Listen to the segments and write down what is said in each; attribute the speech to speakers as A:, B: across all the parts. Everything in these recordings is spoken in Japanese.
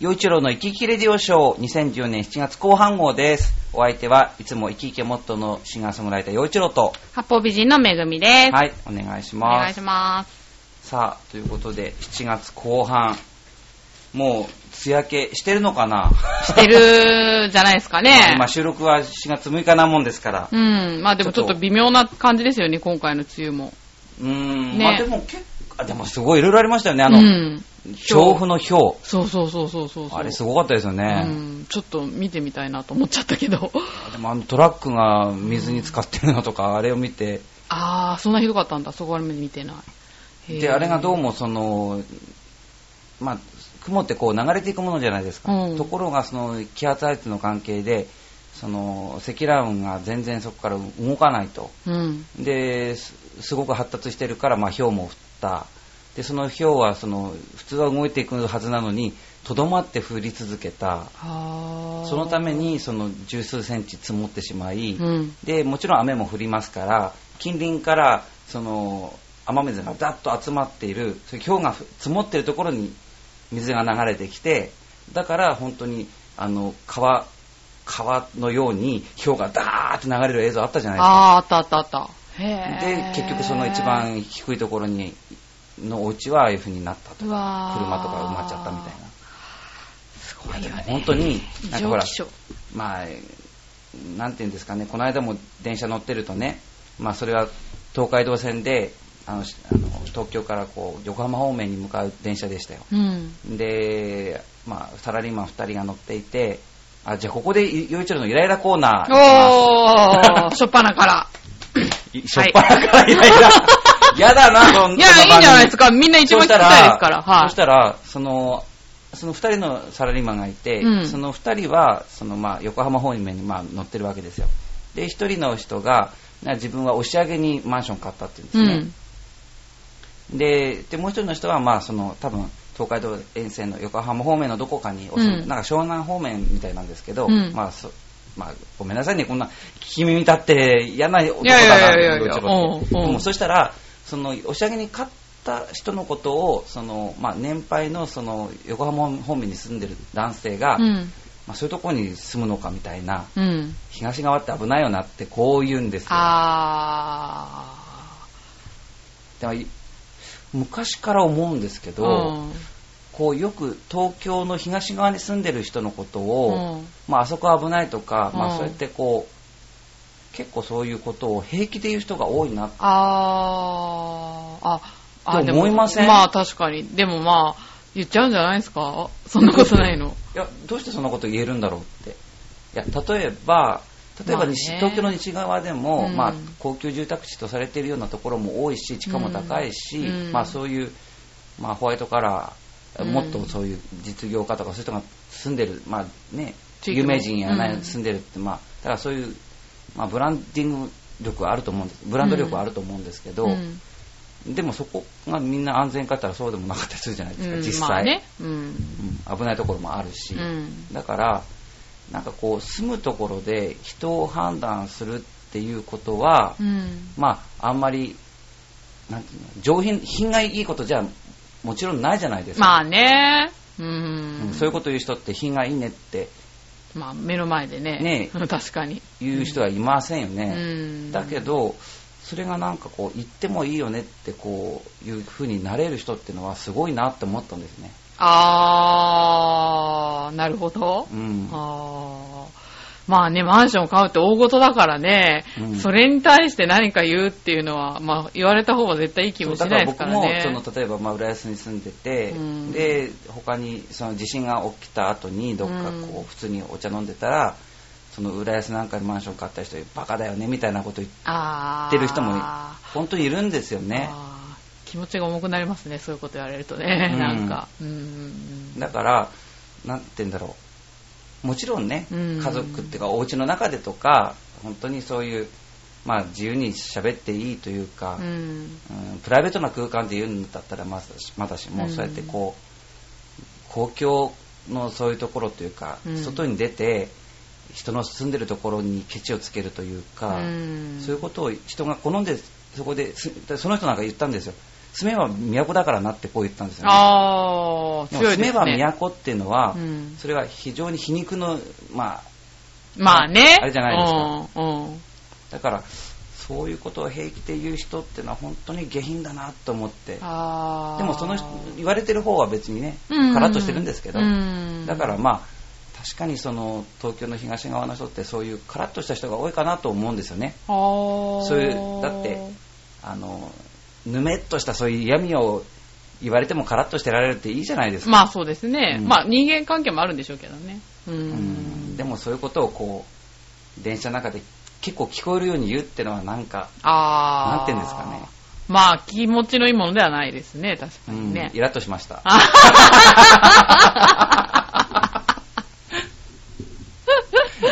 A: 陽一郎の生き生きレディオショー2014年7月後半号です。お相手はいつも生き生きモットーのシンガーソングライター陽一郎と、
B: 八方美人のめぐみです。
A: はい、お願いし
B: お願
A: ま
B: いし
A: す。
B: ます。
A: さあ、ということで7月後半、もう、つやけしてるのかな。
B: してるじゃないですかね
A: 今収録は4月6日なもんですから。
B: うん。まあでもちょっと微妙な感じですよね、今回の梅雨も。
A: うーん、
B: ね
A: まあでも結構、あでもすごいいろいろありましたよね。あ
B: う
A: の、
B: ん。
A: 調布の氷。
B: そうそうそうそうそうそう。
A: あれすごかったですよね。
B: うん。ちょっと見てみたいなと思っちゃったけど。
A: でもあのトラックが水に浸かってるのとか、あれを見て、
B: あー、そんなひどかったんだ。そこは見てない。へー
A: で、あれがどうもその、まあ、雲ってこう流れていくものじゃないですか。
B: うん
A: ところがその気圧配置の関係で、その積乱雲が全然そこから動かないと。
B: うん。
A: で、すすごく発達してるから、まあ、氷も降った。で、その氷はその、普通は動いていくはずなのに、とどまって降り続けた。
B: あー。
A: そのために、その十数センチ積もってしまい、
B: うん。
A: でもちろん雨も降りますから近隣からその雨水がざっと集まっているそういう氷が積もっているところに水が流れてきてだから本当にあの川川のように氷がダーって流れる映像あったじゃない
B: あー、あったあったあった。へ
A: で
B: ー。
A: すかで結局その一番低いところにのお家はああいう風になったと
B: うわー
A: 車とか埋まっちゃったみたいな
B: すごいよね。
A: 本当に
B: 異
A: なんかほ
B: 常
A: ら
B: 気象。
A: まあ、なんていうんですかね、この間も電車乗ってるとね、まあ、それは東海道線で、あのしあの東京からこう横浜方面に向かう電車でしたよ。
B: うん。
A: で、まあ、サラリーマン2人が乗っていて、あ、じゃあここで、いよいちろのイライラコーナー行き
B: お
A: ま
B: ー、しょっぱなから。
A: す。いしょっぱなからイライ ラ。やだな、そん
B: いや、いいんじゃないですか。みんな一番聞きたいですから。は
A: そ
B: い
A: し。たら、その、その2人のサラリーマンがいて、
B: うん
A: その2人は、そのまあ、横浜方面にまあ乗ってるわけですよ。で、1人の人が、な自分は押上げにマンション買ったって言
B: う
A: うんですね
B: ん。。
A: で、でもう1人の人は、まあ、その、多分、東海道沿線の横浜方面のどこかに、
B: うん
A: なんか湘南方面みたいなんですけど、
B: うん
A: まあ、そまあ、ごめんなさいね、こんな、聞き耳立って嫌な男
B: いやいや
A: だ
B: いやい
A: な、
B: や
A: どっちもって。
B: うんうん
A: でもそしたら、その、押し上げに勝った人のことを、その、まあ、年配の、その、横浜方面に住んでる男性が、
B: うん。
A: まあ、そういうとこに住むのかみたいな、
B: うん。
A: 東側って危ないよなって、こう言うんですよ。
B: あ
A: でも昔から思うんですけ
B: ー。
A: ど、
B: うん。
A: こうよく東京の東側に住んでる人のことを、
B: うん
A: まあ、あそこ危ないとか、ま
B: う
A: あ、
B: ん
A: そうやってこう結構そういうことを平気で言う人が多いなって
B: あー。あ、あ
A: でも思いません
B: まあ確かに。でもまあ、言っちゃうんじゃないですかそんなことないの。
A: いやどうしてそんなこと言えるんだろうっていや例えば例えば西、
B: まあね
A: 東京の西側でも、
B: うん
A: まあ、高級住宅地とされているようなところも多いし地価も高いし、
B: うんうん
A: まあ、そういう、まあ、ホワイトカラー
B: うん
A: もっとそういう実業家とかそういう人が住んでる、まあね、
B: 地域
A: 有
B: も
A: 名人やな
B: うん
A: 住んでるって、まあ、だからそういう、まあ、ブランディング力はあると思うんですブランド力はあると思うんですけど、
B: うん。
A: でもそこがみんな安全かって言ったらそうでもなかったりするじゃないですか、
B: うん
A: 実際、
B: まあね。うん。
A: うん危ないところもあるし。
B: うん。
A: だから、なんかこう、住むところで人を判断するっていうことは、
B: うん。
A: まあ、あんまり、なんていうの、上品、品がいいことじゃ、もちろんないじゃないですか。
B: まあね。う
A: うん
B: ん。
A: そういうこと言う人って品がいいねって
B: まあ目の前でね。
A: ね
B: 確かに。
A: 言う人はいませんよ
B: う
A: ね。
B: ん。
A: だけど、それがなんかこう、言ってもいいよねってこう、いうふうになれる人っていうのはすごいなって思ったんですね。
B: あー、なるほど。
A: うん。
B: あーまあね、マンション買うって大事だからね、
A: うん
B: それに対して何か言うっていうのは、まあ言われた方が絶対いい気
A: そ
B: も
A: う
B: し
A: だ
B: ないです
A: 僕
B: から
A: も
B: ね。
A: その例えばまあ浦安に住んでて、
B: うん
A: で他にその地震が起きた後にどっかこ
B: うん
A: う普通にお茶飲んでたら、その浦安なんかにマンション買った人バカだよねみたいなこと言
B: あー
A: ってる人も本当にいるんですよね
B: あー気持ちが重くなりますね、そういうこと言われるとね、
A: うん
B: なんか。うん
A: だからなんて言うんだろうもちろんね、
B: うん
A: 家族っていうかお家の中でとか本当にそういう、まあ、自由に喋っていいというか、
B: うん
A: うんプライベートな空間で言うんだったらまだしまだしもう
B: うん
A: そうやってこう、公共のそういうところというか、
B: うん
A: 外に出て人の住んでるところにケチをつけるというか、
B: うん
A: そういうことを人が好んでそこですその人なんか言ったんですよ住めば都だからなってこう言ったんですよね。
B: ああ、
A: でも
B: 強
A: 住
B: いで
A: め
B: す
A: ば
B: ね。
A: 都っていうのは、
B: うん
A: それは非常に皮肉の、まあ、
B: まあね。
A: あれじゃないです
B: か。うん。
A: だから、そういうことを平気で言う人ってのは本当に下品だなと思って、
B: ああ。
A: でもその人言われてる方は別にね、
B: うん
A: カラッとしてるんですけど、
B: うん
A: だからまあ、確かにその東京の東側の人ってそういうカラッとした人が多いかなと思うんですよね。
B: あー
A: そういうだってあの、ぬめっとしたそういう嫌味を言われてもカラッとしてられるっていいじゃないですか。
B: まあそうですね。
A: うん
B: まあ人間関係もあるんでしょうけどね。う。
A: うんんでもそういうことをこう、電車の中で結構聞こえるように言うってのはなんか、
B: ああ。
A: なんていうんですかね。
B: まあ気持ちのいいものではないですね、確か
A: うん
B: にね。
A: イラッとしま した。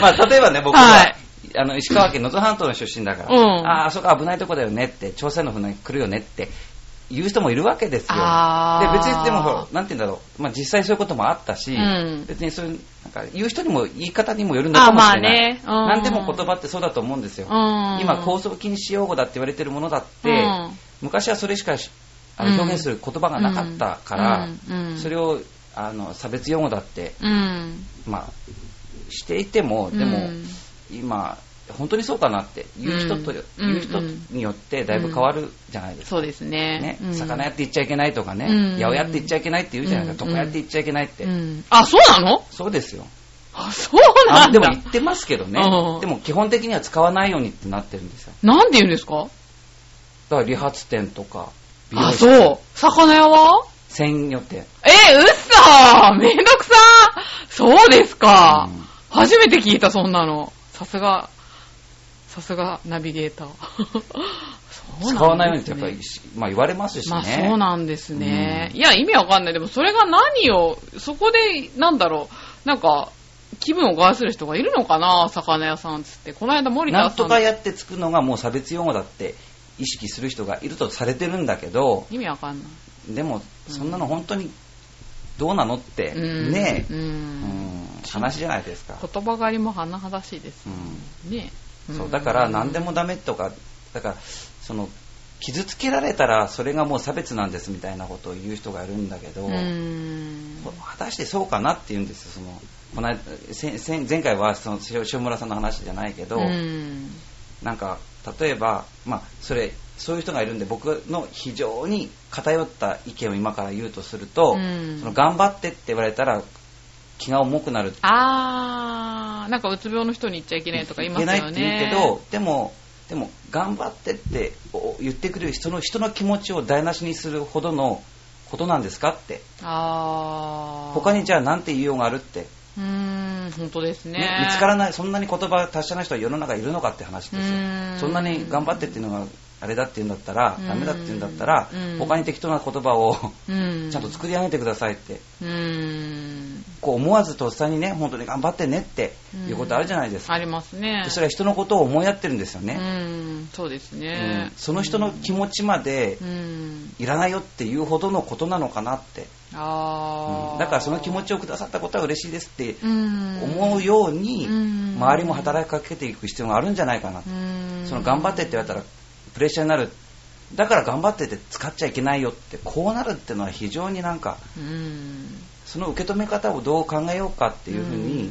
A: まあ、例えばね、僕は、
B: はい
A: あの石川県能登半島の出身だから、
B: うん
A: あーあそこ危ないとこだよねって、朝鮮の船来るよねって言う人もいるわけですよ。で、
B: あー
A: 別にでもほら、なんて言うんだろう、まあ実際そういうこともあったし、
B: うん
A: 別にそういう、なんか言う人にも言い方にもよるのかもしれない。
B: あーまあねうん
A: 何でも言葉ってそうだと思うんですよ。
B: うん
A: 今、高速禁止用語だって言われてるものだって、
B: うん
A: 昔はそれしかしあ
B: う
A: の
B: ん
A: 表現する言葉がなかったから、
B: うんうん
A: それをあの差別用語だって、
B: うん。
A: まあ、していても、でも、
B: うん
A: 今、本当にそうかなって、言う人と、
B: うん
A: 言う人によってだいぶ変わるじゃないですか。
B: そうですね。
A: ね
B: うん
A: 魚やって言っちゃいけないとかね、
B: うん
A: 八百屋って言っちゃいけないって言うじゃないですか、
B: うん
A: 床屋って言っちゃいけないって、
B: うんあ、そうなの
A: そうです よ
B: あ、そうな
A: あ
B: ん
A: でも
B: だ。
A: 言ってますけどね、
B: うん
A: でも基本的には使わないようにってなってるんですよ
B: なんで言うんですか
A: だから理髪店とか美容
B: あ、
A: 室
B: そう。魚屋は
A: 鮮魚店
B: え、嘘めんどくさそうですか、
A: うん
B: 初めて聞いた、そんなの。さすが、さすがナビゲーター。そうなんです ね
A: 使わないようにってやっぱり、まあ、言われますしね、
B: まあそうなんですね。
A: う
B: いや、意味わかんない。でもそれが何を、そこで、なんだろう、なんか、気分を害する人がいるのかな魚屋さんっつって。この間森田さん。
A: なんとかやってつくのがもう差別用語だって意識する人がいるとされてるんだけど
B: 意味わかんない。
A: でもそんなの本当にどうなのって
B: うん
A: ねえ、
B: う
A: うん
B: ん
A: 話じゃないですか、
B: 言葉狩りも甚だしいです
A: う
B: ね。
A: ん
B: ね
A: そうだから何で
B: も。
A: もダメとかだからその傷つけられたらそれがもう差別なんですみたいなことを言う人がいるんだけど、
B: うん
A: 果たしてそうかなって言うんですよそのこの間せせ前回はその塩塩村さんの話じゃないけど、
B: うん
A: なんか例えば、まあ、それそういう人がいるんで僕の非常に偏った意見を今から言うとすると、
B: うん
A: その頑張ってって言われたら気が重くなる
B: あー、なんかうつ病の人に言っちゃいけないとか言いますよね。
A: いけないって言うけどでもでも頑張ってって言ってくれる人の人の気持ちを台無しにするほどのことなんですかって
B: あー。
A: 他にじゃあ何て言いようがあるって、
B: うーん、本当ですね。
A: ね見つから
B: ない。
A: ないそんなに言葉達者な人は世の中いるのかって話ですよ
B: うん
A: そんなに頑張ってっていうのがあれだっていうんだったら
B: うん
A: ダメだっていうんだったら
B: うん
A: 他に適当な言葉を
B: うん。
A: ちゃんと作り上げてくださいって
B: うーん。
A: こう思わずとっさにね本当に頑張ってねっていうことあるじゃないです
B: あ
A: か
B: りますね。
A: でそれは人のことを思いやってるんですよ
B: う
A: ね、
B: ん、そうです
A: う
B: ね
A: ん。その人の気持ちまで
B: うん。
A: いらないよっていうほどのことなのかなって、
B: あ
A: うん
B: ー。
A: だからその気持ちをくださったことは嬉しいですって
B: うん、
A: 思うように
B: うん
A: 周りも働きかけていく必要があるんじゃないかなって
B: うん
A: その頑張ってって言われたらプレッシャーになるだから頑張ってって使っちゃいけないよってこうなるってのは非常になんか
B: うん。
A: その受け止め方をどう考えようかっていうふうに
B: ん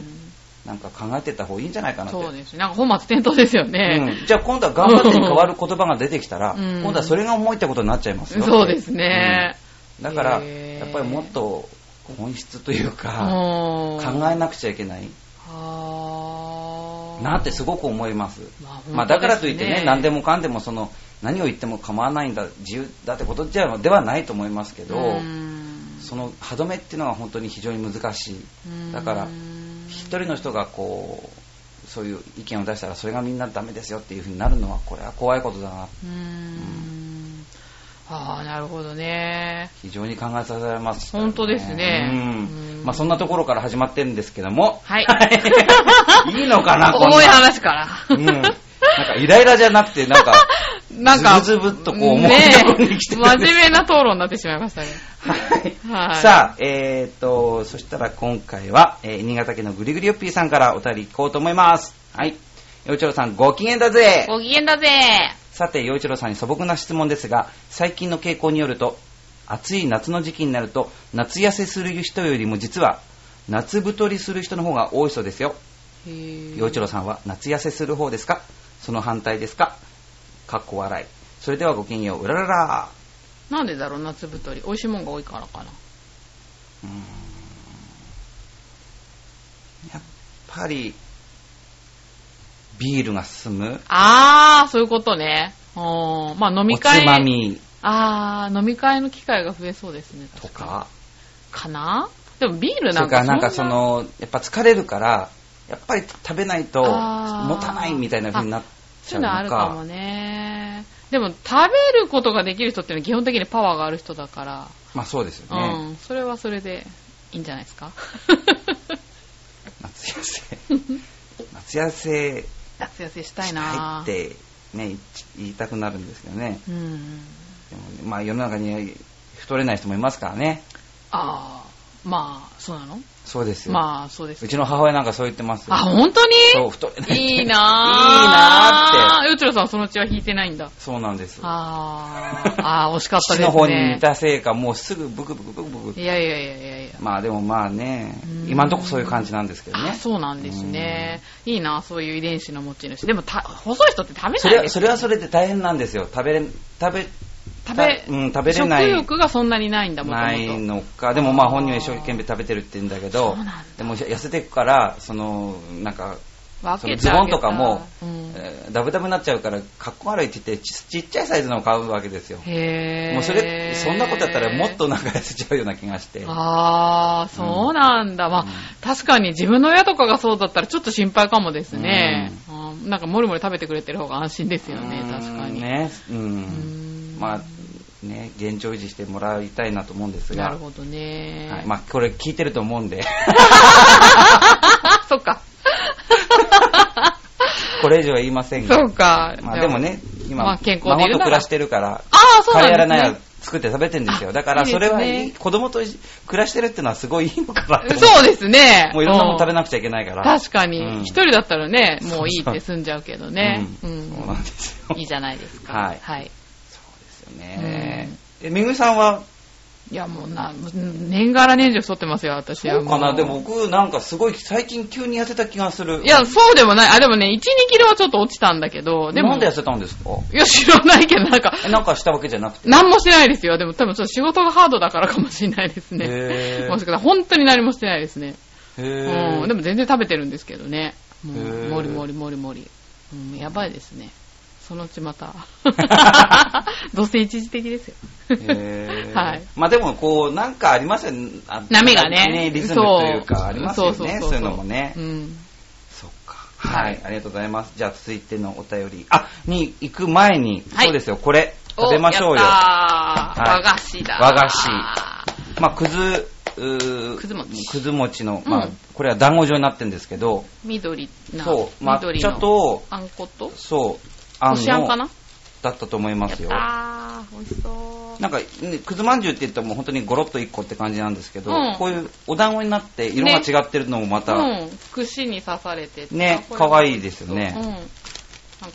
A: なんか考えてった方がいいんじゃないかなって
B: そうですね。なんか本末転倒ですよね。
A: うんじゃあ今度は頑張ってに変わる言葉が出てきたら、
B: うん
A: 今度はそれが重いってことになっちゃいますよって
B: そうですね。
A: うんだから
B: へ
A: や
B: ー
A: っぱりもっと本質というか
B: 考
A: 考えなくちゃいけない
B: あー
A: なってすごく思います
B: まあ本当ですね
A: まあ、だからといってね何でもかんでもその何を言っても構わないんだ自由だってことじゃではないと思いますけど、
B: うん
A: その歯止めっていうのは本当に非常に難しいだから
B: うん
A: 一人の人がこうそういう意見を出したらそれがみんなダメですよっていうふうになるのはこれは怖いことだな
B: うーんああ、なるほどね。
A: 非常に考えさせられます、
B: 本当ですね
A: うん
B: うん
A: まあ、そんなところから始まってるんですけども
B: はい。
A: いいのかなこん
B: 重い
A: な、
B: 話から。
A: うん、なんかイライラじゃなくてなんか
B: なんか、
A: ズブズブっとこう思うように来てる
B: ねえ真面目な討論になってしまいましたね。
A: はい
B: はい
A: さあ、えー、と、そしたら今回は、えー新潟県のぐりぐりよっぴーさんからお便り行こうと思います。はい。よちろさん、ご機嫌だぜ。
B: ご機嫌だぜ。
A: さて、陽一郎さんに素朴な質問ですが、最近の傾向によると、暑い夏の時期になると、夏痩せする人よりも実は、夏太りする人の方が多いそうですよ。
B: へー
A: 陽一郎さんは夏痩せする方ですかその反対ですかかっこ笑い。それではごきげんよう、うららら。
B: なんでだろう、夏太り。美味しいもんが多いからかな。
A: うーんやっぱり、ビールが進む。
B: あー、そういうことね。あーまあ飲み
A: お
B: 会
A: つ。まみ
B: あー、飲み会の機会が増えそうですね。
A: と
B: 確に
A: か。
B: かなでもビール
A: そ
B: な
A: れ
B: ん
A: か
B: から
A: なんかその、やっぱ疲れるから、やっぱり食べないと
B: あー
A: 持たないみたいな風になっち
B: そ
A: ゃ
B: ういうう
A: の
B: の
A: か。
B: あるかもね。でも食べることができる人っていうのは基本的にパワーがある人だか
A: まあそうですよ
B: ら、
A: ね。
B: うん、それはそれでいいんじゃないで すか。
A: 夏痩せ。 夏痩せ
B: 夏痩せしたい
A: したい
B: な
A: っ。てね、言っ言いたくなるんですけどね。
B: うんうん。
A: でもねまあ世の中に太れない人もいますからね。
B: あー、まあ、そうなの
A: そうですよ。
B: まあ、そうです
A: う。ちの母親なんかそう言ってますよ
B: あ、本当に
A: そう、太れない。
B: いいなぁ。いい
A: なぁって。
B: ぁ。よちろさんその血は引いてないんだ。
A: そうなんです。
B: あー、 あー惜しかった
A: 父
B: ですね。
A: の方に似たせいか、もうすぐブクブクブクブク。
B: いやいやいやいやいや。
A: まあでもまあね
B: う、ん
A: 今んとこそういう感じなんですけど
B: あ
A: ね。
B: そうなんですね。いいな、そういう遺伝子の持ち主。でもた、細い人って食べないです
A: それは、それはそれで大変なんですよ。食べれ、食べ、
B: 食べ、
A: うん、食べれな
B: 食
A: い。
B: 欲がそんなにないんだもん
A: ないのか。でもまあ本人は一生懸命食べてるって言うんだけど、
B: そうなんだ
A: でも痩せていくから、その、なんか、そ
B: 分
A: の
B: け
A: ズ
B: て
A: ボ
B: あ
A: ン
B: げた
A: とかも、
B: うん
A: えーダブダブになっちゃうから、かっこ悪いって言って、ちちっちゃいサイズのを買うわけですよ。
B: へー。
A: もうそれ、そんなことやったらもっとなんか痩せちゃうような気がして。
B: あー、そうなんだ。まあ、
A: うん
B: 確かに自分の親とかがそうだったらちょっと心配かもですね。あーなんかもりもり食べてくれてる方が安心ですよね
A: う、ん
B: 確かに。
A: ね、うん。
B: ん
A: まあ、ね、現状維持してもらいたいなと思うんですが。
B: なるほどね。
A: はい、まあ、これ聞いてると思うんで、
B: あ、そっか。
A: これ以上は言いませんが
B: そ。うか。
A: まあ
B: じ
A: で
B: ゃ
A: もね、今、
B: まあ健康でい
A: 孫
B: るなら
A: と暮らしてるから、
B: ああ、そうなん
A: 彼
B: ですね。
A: らなら作って食べてるんですよ。
B: あ
A: だから
B: いい
A: そ
B: ですね
A: れはいい、子供と暮らしてるってのはすごいいいのかなと思
B: そうですね。
A: もういろんなもの食べ
B: な
A: なくちゃいけないから。
B: 確かに、
A: うん
B: 一人だったらね、もうい
A: そ
B: い
A: うそ
B: っ
A: う
B: て済んじゃうけどね。
A: う
B: うんん
A: そうなんですよ。
B: いいじゃないですか。
A: はい
B: はい。
A: そうですよね。え、めぐみさんはい
B: や、もうな、年がら年中太ってますよ、私は
A: どうかな
B: う
A: でも僕なんかすごい最近急に痩せた気がする。
B: い、や、そうでもない。あ、でもね、1、2キロはちょっと落ちたんだけど、でも。
A: なんで痩せたんですか
B: いや、知らないけど、なんか、
A: え、なんかしたわけじゃなくて。
B: 何もしてないですよ。でも多分ちょっと仕事がハードだからかもしれないです
A: へ
B: ね
A: ー。
B: もしかしたら本当に何もしてないですね。
A: へ
B: うん、でも全然食べてるんですけどね。も
A: へー
B: う、もりもりもりもり。うん、やばいですね。そのうち また。どうせ一時的ですよ。
A: へー
B: はい。
A: まあでも、こう、なんかありますよね。あ
B: 波がね。
A: リズムというか、ありますよね。そういうのもね。
B: うん。
A: そっか。はい、
B: はい
A: ありがとうございます。じゃあ、続いてのお便り。あ、に行く前に、
B: はい
A: そうですよ、これ、食べましょうよ
B: お。やったー
A: はい
B: 和菓子だ。
A: 和菓子まあ、くず、うー
B: くず餅
A: くず餅の、まあ、
B: うん
A: これは団子状になってるんですけど、
B: 緑な。
A: そう、抹
B: 緑
A: 茶
B: の。
A: と、
B: あんこと
A: そう、あ
B: こ
A: ん
B: しあんか
A: の、
B: な
A: だったと思いますよ。
B: あー、美味しそう。
A: なんか、ねくずまんじゅうって言っても本当にゴロッと1個って感じなんですけど、
B: うん
A: こういうお団子になって色が違ってるのもまた、
B: うん、串に刺されてて
A: ね
B: あこれ
A: 可愛いですよね
B: うん。なん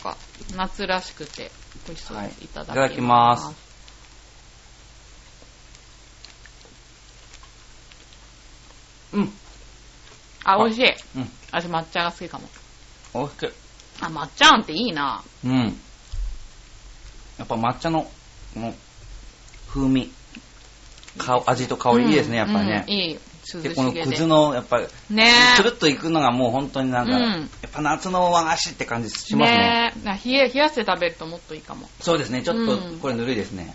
B: か、夏らしくて、美味しそう
A: はい
B: いただきます。
A: いただきますうん、
B: あ、美味しい。
A: うん、
B: 私抹茶が好きかも。
A: おいしい。
B: あ、抹茶あんっていいな。
A: うん。やっぱ抹茶の、この、風味、か味と香り、いいですね、やっぱりね。
B: うんいい。涼しげ
A: で、
B: で。
A: このくずの、やっぱり、
B: ね
A: つるっといくのがもう本当になんか、
B: うん
A: やっぱ夏の和菓子って感じし
B: え。
A: ますね。
B: ねえ。な冷え、冷やして食べるともっといいかも。
A: そうですね、ちょっと
B: うん
A: これぬるいですね。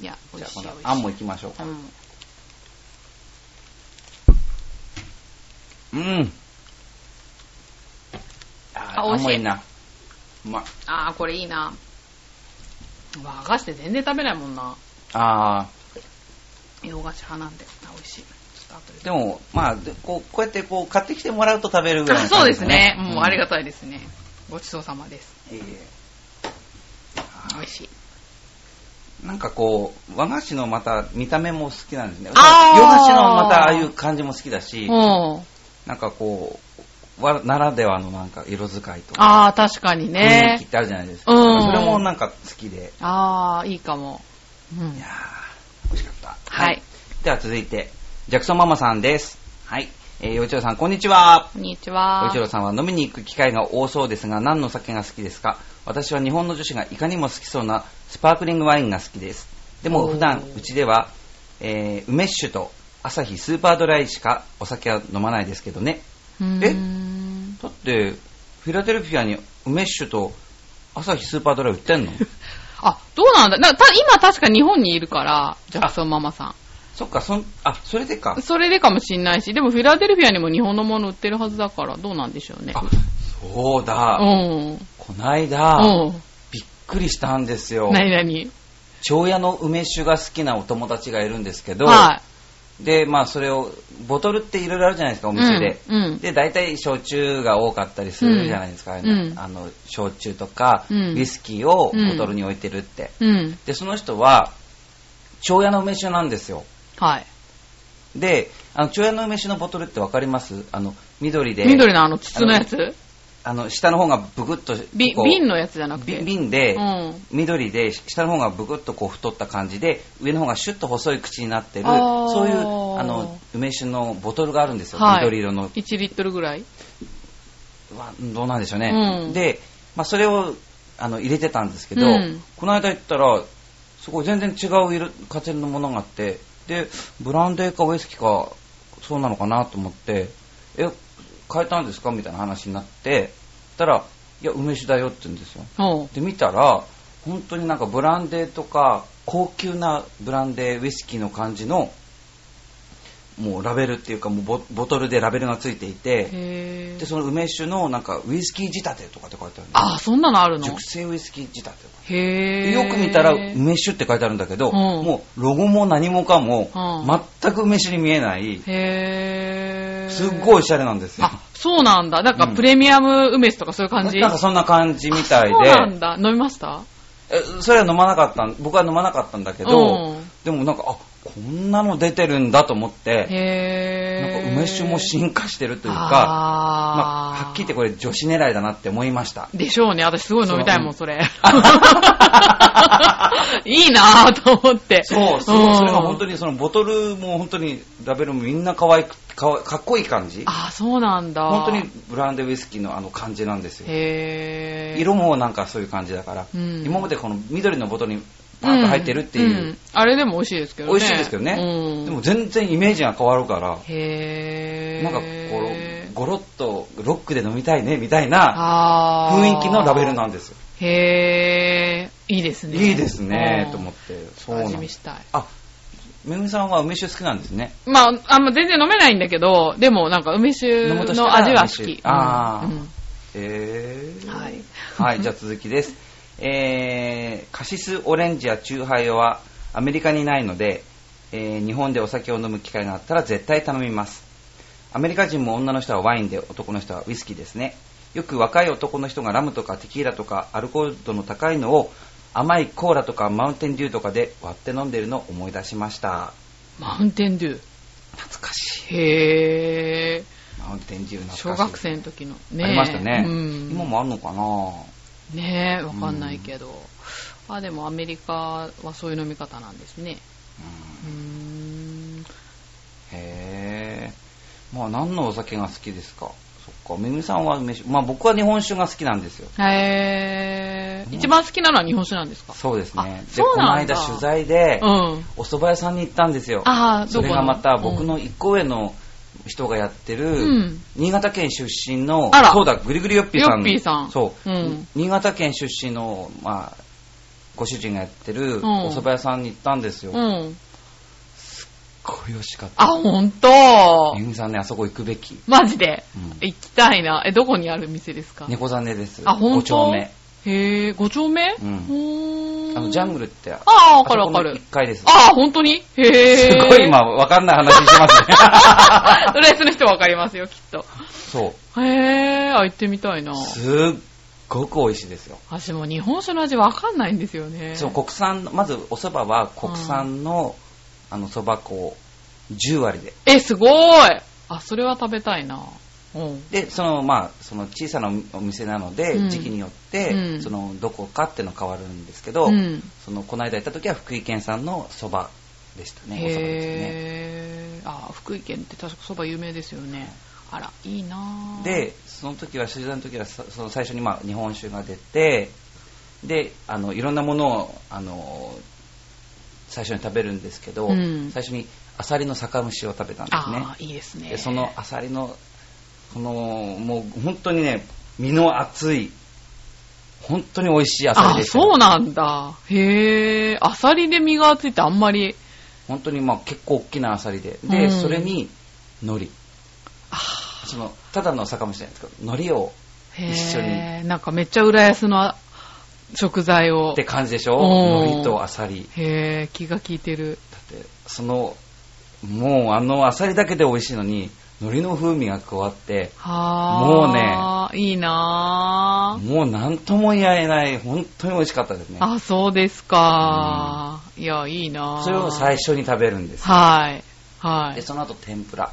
B: いや、美
A: じゃ
B: 味
A: あ、
B: しい。
A: この
B: 美味しい
A: あんも行きましょうか
B: う。ん。
A: うん。あ
B: あ美味しい
A: 甘いな。うまい。
B: あー、これいいな。和菓子って全然食べないもんな。
A: あ
B: 洋菓子派なんで。あ、美味しい。ちょっと後で
A: ーでも、まあ、でこうこうやってこう買ってきてもらうと食べるぐらい
B: あ
A: の
B: そう
A: 感じ
B: ですね。もうありが
A: と
B: たいですね。ごちそうさまです。
A: うん。いえい
B: 美味しい。
A: えなんかこう、和菓子のまた見た目も好きなんですね。洋
B: あ
A: 菓
B: ー
A: 子のまたああいう感じも好きだし、
B: うん。
A: なんかこう、わならではのなんか色使いとか、
B: ああ、確かに
A: 雰囲気
B: ね
A: っ。てあるじゃないですか。
B: うん
A: それもなんか好きで、
B: ああ、いいかも。うん
A: いや。ー、美味しかった。
B: はい。
A: では続いて、ジャクソンママさんです。はい。えー、よいちろさん、こんにちは。
B: こんにち
A: よ
B: は。
A: いちろさんは飲みに行く機会が多そうですが、何の酒が好きですか私は日本の女子がいかにも好きそうなスパークリングワインが好きです。でも
B: おー
A: 普段、うちでは、えー、梅酒と朝日スーパードライしかお酒は飲まないですけどね。
B: うーん
A: だって、フィラデルフィアに梅酒と朝日スーパードライ売って んの
B: あ、どうなんだなんかた今確か日本にいるから、ジャクソンママさ
A: そっか、そん、あ、それでか
B: ん。。それでかもしんないし、でもフィラデルフィアにも日本のもの売ってるはずだから、どうなんでしょうね。
A: あ、そうだ。
B: うん。うん。
A: こないだ、びっくりしたんですよ。
B: 何々。
A: 蝶屋の梅酒が好きなお友達がいるんですけど、
B: は
A: で、まあ、それを、ボトルっていろいろあるじゃないですか、お
B: い。
A: 店で。
B: うん。うん
A: で、大体、焼酎が多かったりするじゃないですか。
B: うんうん
A: あの、焼酎とか、
B: うん
A: ウイスキーをボトルに置いてるって。
B: うん。
A: で、その人は、蝶屋の梅酒なんですよ。
B: はい。
A: で、あの、蝶屋の梅酒のボトルってわかりますあの、緑で。
B: 緑のあの筒のやつ
A: あの、下の方がブクッと、
B: び
A: こう
B: 瓶のやつじゃなくて。
A: び瓶で、
B: うん。
A: 緑で下の方がブクッとこう太った感じで上の方がシュッと細い口になってる
B: あー
A: そういうあの梅酒のボトルがあるんですよ、
B: はい
A: 緑色の
B: 1リットルぐらいう
A: わどうなんでしょうね、
B: うん
A: で、まあ、それをあの入れてたんですけど、
B: うん
A: この間行ったらすごい全然違う色形のものがあってでブランデーかウイスキーかそうなのかなと思ってえ変えたんですかみたいな話になってたらいや梅酒だよって言うんですよ
B: うん。
A: で見たら本当になんかブランデーとか高級なブランデーウイスキーの感じのもうラベルっていうかもうボボトルでラベルがついていて
B: へ
A: で
B: ー
A: その梅酒のなんかウイスキー仕立てとかって書いてあるの
B: あ、そんなのあるの
A: 熟成ウイスキー仕立て
B: へ
A: で
B: ー
A: よく見たら梅酒って書いてあるんだけど、
B: うん
A: もうロゴも何もかも
B: うん
A: 全く梅酒に見えない
B: へー
A: すっごいおしゃれなんですよ
B: あ、そうなんだ。なんか
A: うん
B: プレミアム梅酒とかそういう感じ
A: なんかそんな感じみたいで
B: そうなんだ。飲みました
A: えそれは飲まなかったん僕は飲まなかったんだけど、
B: うん
A: でもなんかあこんなの出てるんだと思って
B: へ
A: なん
B: ー。
A: か梅酒も進化してるというかまあ、
B: あー
A: はっきり言ってこれ女子狙いだなって思いました
B: でしょうね。私すごい飲みたいもん、
A: そ
B: それ。いいなぁと思って。
A: そうそうそれが本当
B: に。
A: にそのボトルも本当にラベルもみんな可愛くかわかっこいい感じ
B: あ、そうなんだ。
A: 本当に。ブランデーウイスキーのあの感じなんですよ
B: へー。
A: 色もなんかそういう感じだから、
B: うん
A: 今までこの緑のボトルにパーンと入ってるっていう、
B: んんあれでも美味しいですけどね。
A: 美味しいですけどね、
B: うん、
A: でも全然イメージが変わるから
B: へー。
A: なんかこうゴロッとロックで飲みたいねみたいな
B: あー
A: 雰囲気のラベルなんですよ。
B: へー。いいですね。。
A: いいですねと思ってて。そうなん
B: 味見
A: で
B: し
A: す。
B: たい。
A: あ、めぐみさんは梅酒好きなんですね。
B: まあ、あんま全然飲めないんだけど、でもなんか梅酒
A: 飲むとした
B: の
A: ら
B: 味は好
A: 梅
B: き
A: 酒。あー
B: うんうん
A: えー。
B: はい
A: はい、じゃあ続きです。えー、カシスオレンジやチューハイはアメリカにないので、えー日本でお酒を飲む機会があったら絶対頼みます。アメリカ人も女の人はワインで男の人はウイスキーですね。よく若い男の人がラムとかテキーラとかアルコール度の高いのを甘いコーラとかマウンテンデューとかで割って飲んでるのを思い出しました。
B: マウンテンデュー。
A: 懐かしい。
B: へー。
A: マウンテンデュー懐かしい。
B: 小学生の時のね。
A: ありましたね。
B: うん、
A: 今もあるのかな
B: ねえ、わかんないけど。あ、でもアメリカはそういう飲み方なんですね。うーん。
A: へえ。まあ何のお酒が好きですかそっか、めぐみさんは梅酒。まあ僕は日本酒が好きなんですよ。
B: へ
A: うん
B: ー。一番好きなのは日本酒なんですか
A: そうですね
B: あ。
A: で、
B: そう
A: この
B: なんだ
A: 間取材で、
B: うん。
A: お蕎麦屋さんに行ったんですよ。
B: あー
A: それ
B: どこ
A: が
B: の
A: また僕の一個上の人がやってる、
B: うん
A: 新潟県出身の、
B: あら
A: そうだ、ぐりぐりよっぴーさん。
B: よっぴーさん
A: そう、
B: うん
A: 新潟県出身の、まあ、ご主人がやってる
B: ん
A: お蕎麦屋さんに行ったんですよ。
B: う
A: すっ
B: ん。
A: ごい美味しかった。
B: あ、ほんと
A: めぐみさんね、あそこ行くべき。
B: マジで、
A: うん
B: 行きたいな。え、どこにある店ですか
A: 猫残ねです。
B: あ、ほん
A: 5
B: と
A: 丁目。。
B: へぇ、5丁目
A: うん
B: ほーん
A: あの、ジャングルって、あ
B: あー、
A: そ
B: わかる
A: こ
B: わか
A: の
B: る
A: 1。階です。
B: あー、ほんとにへぇ。
A: すご い今、。わかんない話してますね。
B: ドレスの人わかりますよ、きっと。
A: そ
B: へぇ、あ、行ってみたいな
A: う。。すっごく美味しいですよ。
B: 私もう日本酒の味わかんないんですよね。
A: そう、国産の、まずお蕎麦は国産の、あの、蕎麦粉を10割で。
B: え、すごいあ、それは食べたいな。うん
A: でそのまあその小さなお店なので、
B: うん
A: 時期によって、
B: うん
A: そのどこかっていうの変わるんですけど、
B: うん
A: そのこの間行った時は福井県産のそばでしたねおそばですよね
B: へーあ福井県って確かそば有名ですよねあらいいなぁ
A: でその時は取材の時はさその最初にまあ日本酒が出てであのいろんなものをあの最初に食べるんですけど、
B: うん
A: 最初にアサリの酒蒸しを食べたんですね
B: ああいいですね
A: でそのアサリのこのもう本当にね身の厚い本当に美味しいアサリ
B: あ
A: でした
B: そうなんだへえアサリで身が厚いってあんまり
A: 本当にまあ結構大きなアサリでで、
B: うん
A: それに海苔
B: あ
A: そのただの酒蒸しじゃないですけど海苔を
B: へえ
A: 一緒に
B: なんかめっちゃ浦安のあ食材を
A: って感じでしょ
B: おー
A: 海苔とアサリ
B: へえ気が利いてる
A: だってそのもうあのアサリだけで美味しいのに海苔の風味が加わって
B: はあもうねいいなぁ
A: もう何とも言えない本当に美味しかったですね
B: あそうですか、いやいいなぁ
A: それを最初に食べるんです
B: はいはい
A: でその後天ぷら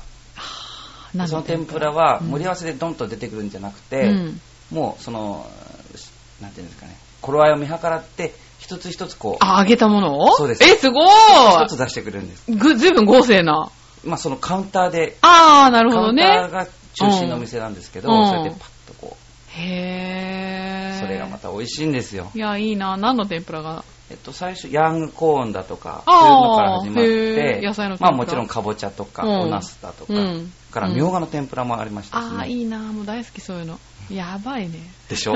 B: 何
A: その天ぷらは盛り合わせでドンと出てくるんじゃなくて、
B: うん
A: もうそのなんていうんですかね頃合いを見計らって一つ一つこう
B: あ、揚げたものを
A: そうです
B: え、すご
A: 一つ
B: ー
A: 出してくれるんです、
B: いぐ、ずいぶん豪勢な。
A: まあ、そのカウンターで
B: あー、なるほ
A: カウ
B: ど
A: ンター
B: ね。
A: が中心のお店なんですけど、
B: うん
A: それでパッとこう
B: へー。
A: それがまた美味しいんですよ
B: いや、いいな。何の天ぷらが
A: えっと、最初、ヤングコーンだとか、そういうのか
B: あ
A: ら
B: ー
A: 始まっ
B: へ
A: て
B: ー、野菜の天ぷ
A: ま
B: ら
A: あもちろんかぼちゃとか、
B: うん
A: お茄子だとか、
B: うん
A: からみょうがの天ぷらもありましたしね。
B: あー、いいな。もう大好き、そういうの。やばいね。
A: で しょ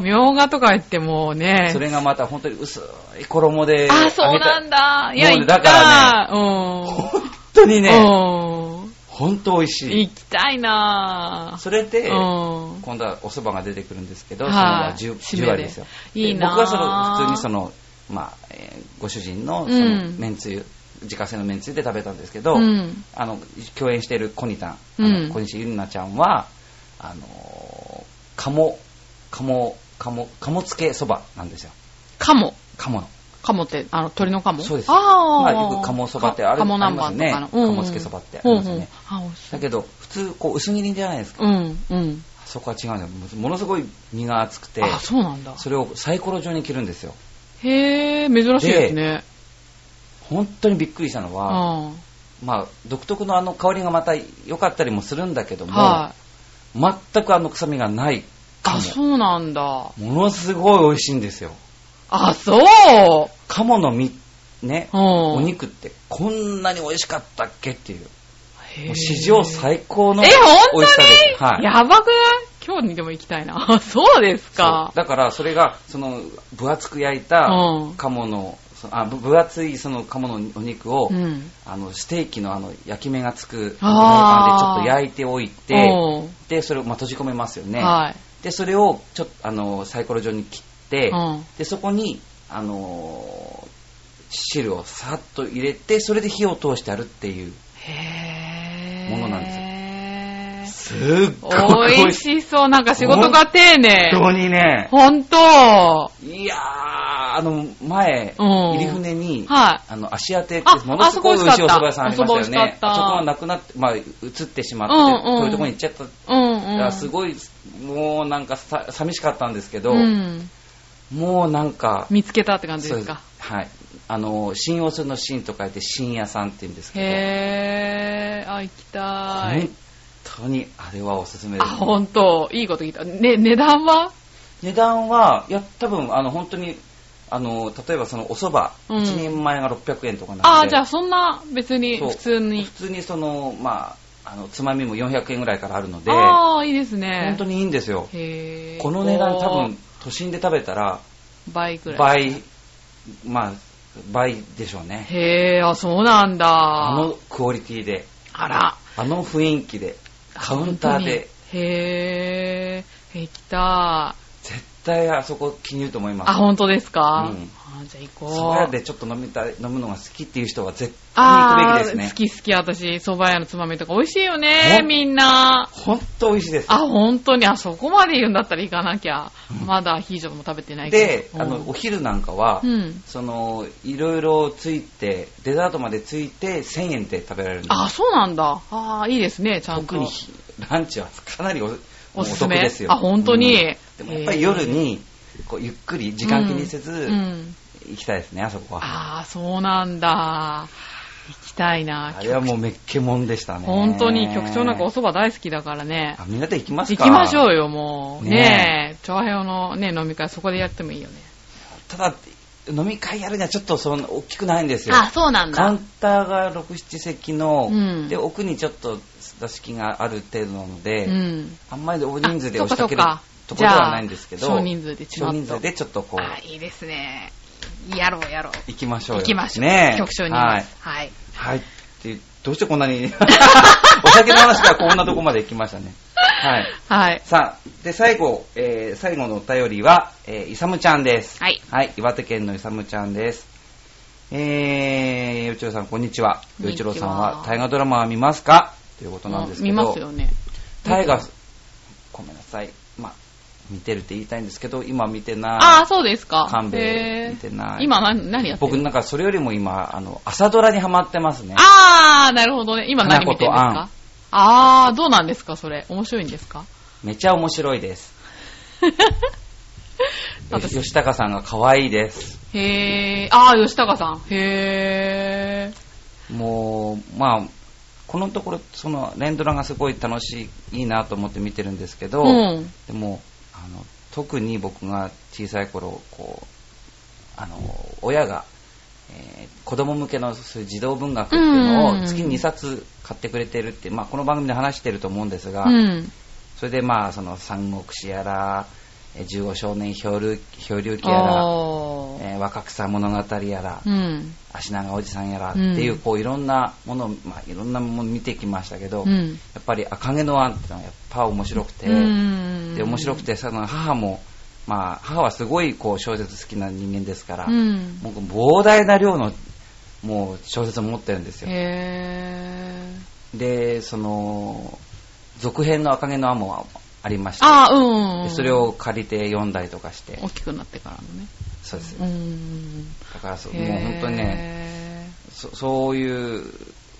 B: みょうがとか言ってもうね。
A: それがまた本当に薄い衣で、
B: あー、そうなん
A: だ。
B: だ。いや、
A: もう
B: 行
A: ね
B: きたい。
A: だから
B: うん。
A: 本当にね、
B: うん
A: 本当美味し
B: 行
A: い。
B: きたいな。
A: それで、
B: うん。
A: 今度はお蕎麦が出てくるんですけど、その
B: はい
A: 10
B: 締めで
A: 割ですよ。
B: いいなあ
A: 僕はその、普通にその、まあ、えーご主人の、その
B: う、ん
A: めんつゆ、自家製のめんつゆで食べたんですけど、
B: うん
A: あの、共演しているコニタン、あ
B: うん
A: の小西ゆりなちゃんは、あのー、鴨、鴨、鴨、鴨つけそばなんですよ。
B: かも。
A: 鴨の。
B: カモって、あの、鳥のカモ
A: そうです
B: あ
A: ま
B: あ。
A: あよく鴨そばってある
B: カモ南蛮とか
A: あり
B: の
A: ますよね
B: うんうん
A: 鴨つけそばってありますよね
B: うんうんあ、美味しい
A: だけど、普通、こう、薄切りじゃないですか。
B: うん、うん。
A: そこは違うんですよ。ものすごい身が厚くて、
B: あ、そうなんだ。
A: それをサイコロ状に切るんですよ。
B: へえ、珍しいですね。
A: 本当にびっくりしたの
B: う
A: は、
B: ん。
A: まあ、独特のあの香りがまた良かったりもするんだけども、
B: はい。
A: 全くあの臭みがない
B: あ、
A: 鴨。
B: そうなんだ。
A: ものすごい美味しいんですよ。
B: あ、そう
A: 鴨の身、ね、
B: うん
A: お肉ってこんなに美味しかったっけっていう、
B: へえ
A: 史上最高の
B: え、
A: 美
B: 本
A: 味し
B: 当
A: さ
B: に
A: です。はい
B: やばくない今日にでも行きたいな。 そうです
A: そう
B: か。
A: だからそれがその分厚く焼いた
B: うん
A: 鴨の、そあぶ分厚いその鴨のお肉を、
B: うん。
A: あのステーキのあの焼き目がつくフライパン
B: あー
A: でちょっと焼いておいて
B: うん
A: でそれをまあ閉じ込めますよね、
B: はい。
A: でそれをちょっとあのサイコロ状に切って、
B: うん
A: でそこにあのー汁をさっと入れてそれで火を通してあるっていう
B: へえ。
A: ものなんですよ
B: です
A: っごい
B: 美味
A: い
B: しそう。なんか仕事が丁寧。
A: 本当にね
B: 本当
A: いやーあの前
B: うん
A: 入船に、
B: はい
A: あの足当てって
B: あ
A: ものすごい美味しいお蕎麦屋さんありましたよね
B: あそこ美味しかった
A: あそこはなくなって、まあ、移ってしまって、
B: うんうん
A: こういうとこに行っちゃっただ
B: うん
A: か
B: う
A: ら
B: ん。
A: すごいもうなんかさ寂しかったんですけど、
B: うん、
A: もうなんか
B: 見つけたって感じ
A: そう
B: で
A: ですす
B: か。
A: はいあの信用するの信と書いて信屋さんって言うんですけ
B: へー、あ、行き
A: ど
B: たい
A: 本。当にあれはおすすめで
B: あ、
A: す、
B: ほんと、いいこと聞いた。ね、値段は
A: 値段はいや多分あの本当にあの例えばそのお蕎麦、
B: うん
A: 一人前が600円とかなので
B: あ、じゃあそんな、別に、
A: そう
B: 普通に
A: 普。通にそのまああのつまみも400円ぐらいからあるので本
B: あー、いいですね。
A: 当にいいんですよ
B: へー。
A: この値段多分、都心で食べたら
B: 倍くらい。
A: 倍まあ倍でしょうね
B: へー、あ、そうなんだ。
A: あ
B: あ
A: のクオリティで
B: ら。
A: あの雰囲気でカウンターで
B: 本当に。へー、行きたい。
A: 絶対あそこ気に入ると思います
B: あ、本当ですか、
A: うん
B: あじゃあ行こう。
A: 蕎麦屋でちょっと飲みたい飲むのが好きっていう人は絶対に行く
B: あ
A: べきで
B: ー
A: すね
B: 好き好き、私、蕎麦屋のつまみとか美味しいよね
A: ほ、ん
B: みんな。
A: 本当美味しいです
B: あ、本当に、あ、そこまで言うんだったら行かなきゃ。まだアヒージョも食べてないけ
A: で
B: ど。
A: あ
B: う
A: の
B: ん
A: お昼なんかは、
B: うん。
A: そのいろいろついてデザートまでついて1000円で食べられるんです
B: あ、そうなんだ。あーいいですね、ちゃんと。
A: 特にひランチはかなりお
B: おすすめ
A: お得ですよ。
B: あ本当に
A: うんでもやっぱり夜にこうゆっくり時間気にせず、
B: うんうん
A: 行きたいですね、あそこは。
B: ああ、そうなんだ。行きたいな。
A: あれはもうめっけもんでしたね。
B: 本当に局長なんかお蕎麦大好きだからね。
A: あみんなで行きます
B: 行
A: か
B: きましょうよ、もう。
A: ね
B: ねえ。長平のね、飲み会、そこでやってもいいよね。
A: ただ、飲み会やるにはちょっとそんな大きくないんですよ。
B: あ、そうなん
A: カウ
B: だ
A: ン。ターが6、7席の、
B: うん
A: で、奥にちょっと座敷がある程度なので、
B: うん。
A: あんまり大人数で
B: あ
A: 押しかける
B: そっか
A: と
B: そっか
A: ころではないんですけど、
B: じゃあ少人数でちょっと
A: 少人数でちょっとこ
B: あ、
A: う、
B: いいですね。やろう、やろう。
A: 行きましょうよ。
B: 行きましょう。
A: ねえ
B: 局長に言い
A: は
B: ま
A: い
B: す。。はい。
A: はい。ってどうしてこんなに、 お酒の話からこんなとこまで行きましたね。はい。
B: はい。
A: さあ、で、最後、えー最後のお便りは、えー、いさむちゃんです。
B: はい。
A: はい、岩手県のいさむちゃんです。えー、よいちろうさん、こんにちは。
B: こん
A: よい
B: に
A: ち
B: ちは
A: ろうさんは、大河ドラマは見ますかということなんですけ
B: 見
A: ど、
B: ますよね。
A: 大河、ごめんなさい。まあ、見てるって言いたいんですけど、今見てない。
B: ああ、そうですか。
A: 勘弁
B: へー
A: 見てない
B: 今何、何やってる
A: 僕なんかそれよりも今、あの、朝ドラにハマってますね。
B: あー、なるほどね。今
A: 花
B: 何
A: 子
B: 見
A: と
B: てるんです
A: アン
B: かあー、どうなんですかそれ。面白いんで すか
A: めちゃ面白いです。え
B: 私
A: 吉高さんが可愛いです。
B: へー。あー、吉高さん。へー。
A: もう、まあ、このところ、その、連ドラがすごい楽しい、いいなと思って見てるんですけど、
B: うん。
A: でも、あの、特に僕が小さい頃、こう、あの、親が、えー子供向けのそういう児童文学っていうの
B: う
A: を
B: ん
A: 月に2冊買ってくれてるって、まあ、この番組で話してると思うんですが、
B: うん。
A: それでまあその三国志やらえー十五少年漂流漂流記やら、
B: おー。
A: えー若草物語やら、
B: うん。
A: 足長おじさんやらっていう、
B: うん
A: こういろんなものを、まあ、いろんなもの見てきましたけど、
B: う
A: やっ
B: ん。
A: ぱり「赤毛のアン」っていうのはやっぱ面白くて、
B: うん
A: で面白くてその母も、まあ、母はすごいこう小説好きな人間ですから、
B: うん。
A: もう膨大な量のもう小説を持ってるんですよ。
B: へー。
A: でその続編の「赤毛のアン」もありまして
B: あー、うんうん。
A: でそれ。を借りて読んだりとかして
B: 大きくなってからのね。
A: そうです
B: う
A: だ
B: ん。
A: からそうもう
B: へー
A: 本当にね。そそういう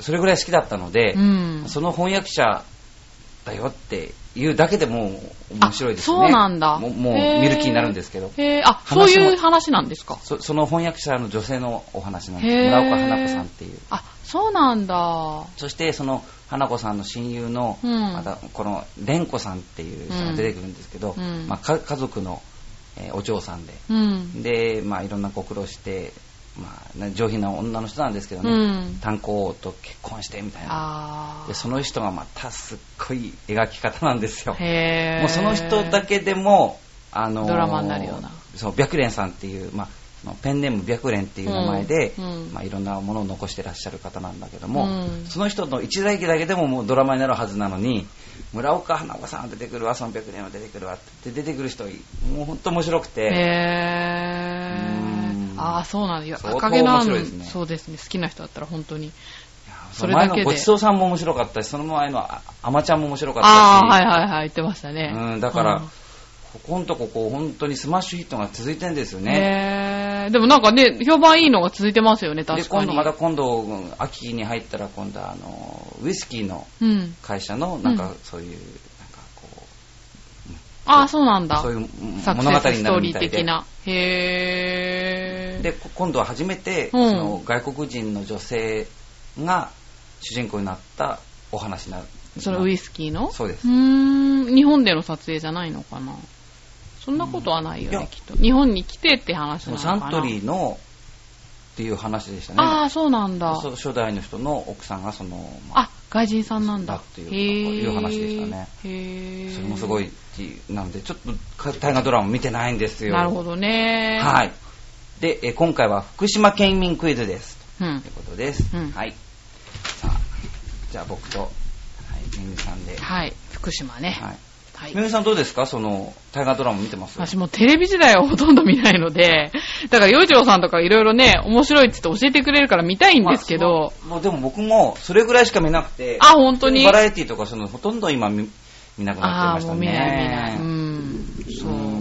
A: それぐらい好きだったので、
B: うん。
A: その翻訳者だよっていうだけでもう面白いですね
B: あそうなんだ。
A: もうもう
B: へー
A: 見る気になるんですけど
B: へー。あ、
A: 話も
B: そういう話なんですか
A: そその翻訳者の女性のお話なんです
B: へー
A: 村岡花子さんっていう
B: あ、そうなんだ。
A: そしてその花子さんの親友の、
B: うん
A: またこの蓮子さんっていう人が出てくるんですけど、
B: うん
A: まあ、か家族の、えーお嬢さんで、
B: うん。
A: で、まあ、いろんなご苦労して、まあね、上品な女の人なんですけどね、
B: うん
A: 炭鉱王と結婚してみたいな
B: あ
A: で
B: ー
A: その人がまたすっごい描き方なんですよ
B: へー
A: もうその人だけでも、あのー
B: ドラマになるような
A: そう白蓮さんっていう、まあ、そのペンネーム白蓮っていう名前で、
B: うんうん
A: まあ、いろんなものを残してらっしゃる方なんだけども、
B: うん
A: その人の一代記だけでももうドラマになるはずなのに村岡花子さんが出てくるわその白蓮が出てくるわって出てくる人もう本当面白くて。
B: へ
A: うー
B: ー
A: ん
B: ああそうなんだいや
A: 相当
B: 赤毛の
A: 面
B: ア
A: 白いですね
B: ンそうですね好きな人だったら本当に
A: そ
B: そ
A: の
B: れ
A: 前
B: だけ
A: のご
B: で
A: ちそうさんも面白かったし、その前のああまちゃんも面白かったし、
B: ああはいはいはい言ってましたね
A: うん、だから、
B: うん
A: ここのとここう本当にスマッシュヒットが続いてるんですよね。
B: へーでもなんかね評判いいのが続いてますよね
A: で、
B: 確か
A: 今
B: に
A: 度また今度、うん秋に入ったら今度はあの、ウイスキーの
B: うん
A: 会社の、なんか
B: うん
A: そういう、なんかこう、
B: ああそうなんだ
A: そういううん
B: サク
A: 物
B: セ
A: 語
B: ス
A: に
B: ス
A: な
B: トー
A: る
B: リ
A: み
B: ー
A: たい
B: 的
A: で。
B: なへー
A: で、こ今度は初めて、
B: うん
A: その外国人の女性が主人公になったお話になる。
B: そのウイスキーの
A: そうです
B: うーん日本での撮影じゃないのかなそんなことはないよ
A: うんいや
B: ねきっと日本に来てって話
A: そ
B: な
A: の
B: のか
A: サ
B: な
A: ントリーのっていう話でしたね。
B: ああそうなんだ
A: そう初代の人の奥さんがその、まあ
B: あ、外人さんなんだ。
A: だっていう
B: へー
A: いう話でしたね
B: へー
A: それもすごいっていうなんでちょっと大河ドラマ見てないんですよ
B: なるほどね。
A: はい。でえ今回は福島県民クイズです
B: うん
A: という。ことです、
B: うん
A: はいさあじゃあ僕と、はい、めぐみさんでは
B: はい。福島ね。
A: はい
B: はい
A: めぐみさんどうですかその大河ドラマ見てます
B: 私もうテレビ時代はほとんど見ないので、だから、洋一郎さんとかいろいろね、面白いって言って教えてくれるから見たいんですけ
A: まあ
B: ど、
A: そのもうでも僕もそれぐらいしか見なくて
B: あ本当に
A: バラエティとかそのほとんど今見見なくなっ
B: あ
A: ちゃいまし
B: ー
A: た
B: もう
A: ね
B: 見ない見ない。うん。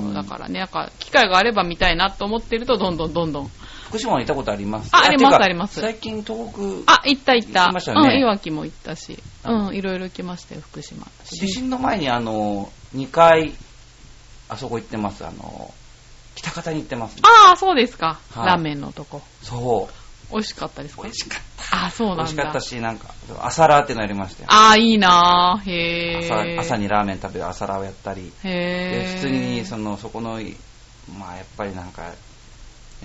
B: そう。だからね、なんか、機会があれば見たいなと思ってると、どんどんどんどん
A: 福島にいたことあります
B: ああります
A: てか
B: あります
A: 最近東北、
B: あ、行った行った。
A: 行きましたよね
B: うん、いわきも行ったし。うん、いろいろ来ましたよ、福島。
A: 地震の前にあの、2回、あそこ行ってます、あの、北方に行ってます、
B: ああ、そうですか。
A: はい
B: ラーメンのとこ。
A: そ
B: 美味しかったです
A: う。
B: か
A: 美味しかった。
B: あ、そう
A: 美
B: なんだ。
A: 味しかったし、なんか、朝ラーってのやりましたよ。
B: ああ、いいなーへ
A: 朝
B: ー
A: 朝。にラーメン食べる朝ラーをやったり、
B: へ
A: で
B: ー
A: 普通にそのそこの、まあやっぱりなんか、やっ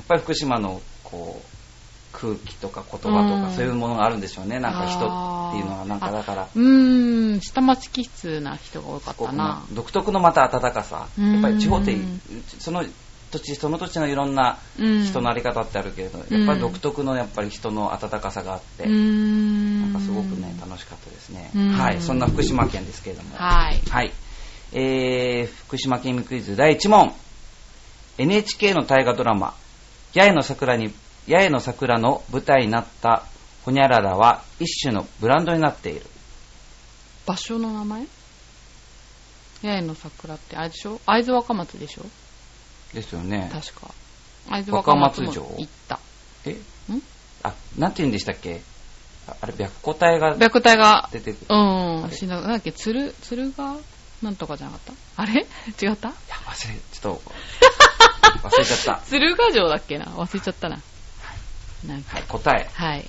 A: ぱり福島のこう空気とか言葉とか、
B: うん
A: そういうものがあるんでしょうね、なんか人
B: あ
A: って
B: ー
A: いうのは、なんかだから
B: う、ーん、下町気質な人が多かった
A: この
B: な。
A: 独特のまた温かさ、
B: うん
A: やっぱり地方って、その土地その土地のいろんな
B: うん
A: 人のあり方ってあるけれど、
B: うん
A: やっぱり独特のやっぱり人の温かさがあって、
B: うーん。
A: なんかすごくね、楽しかったですね。
B: うん
A: はい、そんな福島県ですけれども。
B: はい。
A: はい。えー、福島県民クイズ第1問。NHK の大河ドラマ、八重の桜に、八重の桜の舞台になったホニャララは一種のブランドになっている。
B: 場所の名前八重の桜って、あれでしょ会津若松でしょ
A: ですよね。
B: 確か。会津若松
A: 若
B: も
A: 松城
B: 行った。
A: え
B: ん
A: あ、なんて言うんでしたっけああれ、白虎隊が
B: 白体が
A: 出てくる。い
B: うん
A: あ、れ
B: 死んだ。なんだっけ、鶴、鶴が、なんとかじゃなかったあれ違った
A: や、忘れ、ちょっと、忘れちゃった。
B: 鶴ヶ城だっけな忘れちゃったな。なん
A: は
B: か
A: い、、答え。
B: はい。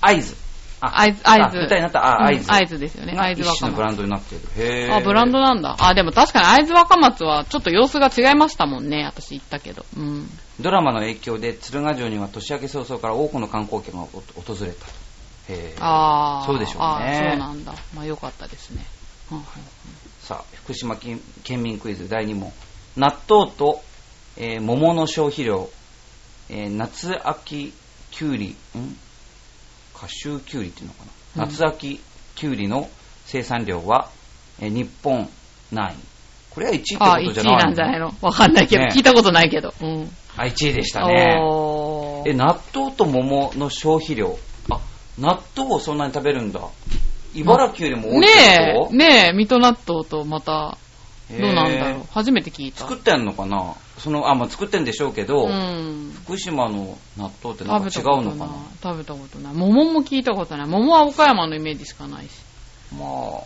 A: 合図。あ
B: 合図、合
A: あ
B: 図。
A: 舞台になった、あ、合図。
B: うん合図ですよね。
A: が
B: 合図
A: 一
B: 若
A: 種のブラ
B: 松。
A: ンドになっている。へー
B: あ、ブランドなんだ。あ、でも確かに会津若松はちょっと様子が違いましたもんね。私行ったけど。うん。
A: ドラマの影響で鶴ヶ城には年明け早々から多くの観光客が訪れたと。へー
B: ああ。
A: そうでしょうね
B: あそうなんだ。まあよかったですね。うんうん
A: さあ、福島県県民クイズ第2問。納豆と、えー桃の消費量、えー夏秋きゅうり、んカシューきゅうりっていうのかな。
B: うん
A: 夏秋きゅうりの生産量は、えー日本何位これは1位ってこ
B: あ、
A: と
B: 1
A: じ
B: 位
A: ゃない
B: なんじゃないのわかんないけど、
A: ね
B: 聞いたことないけど。うん。
A: あ、1位でしたね。
B: おー
A: え、納豆と桃の消費量。あ、納豆をそんなに食べるんだ。茨城よりも多い
B: ね
A: ってこ
B: え、
A: と
B: ねえ、水戸納豆とまた、どうなんだろう
A: へ。
B: 初めて聞い
A: ー
B: た。
A: 作ってんのかなその、あ、まあ、作ってんでしょうけど、
B: うん。
A: 福島の納豆ってなん
B: 食
A: か
B: べ
A: 違う
B: たこ
A: の
B: とな
A: か
B: い
A: な。
B: 食べたことない。桃も聞いたことない。桃は岡山のイメージしかないし。
A: ま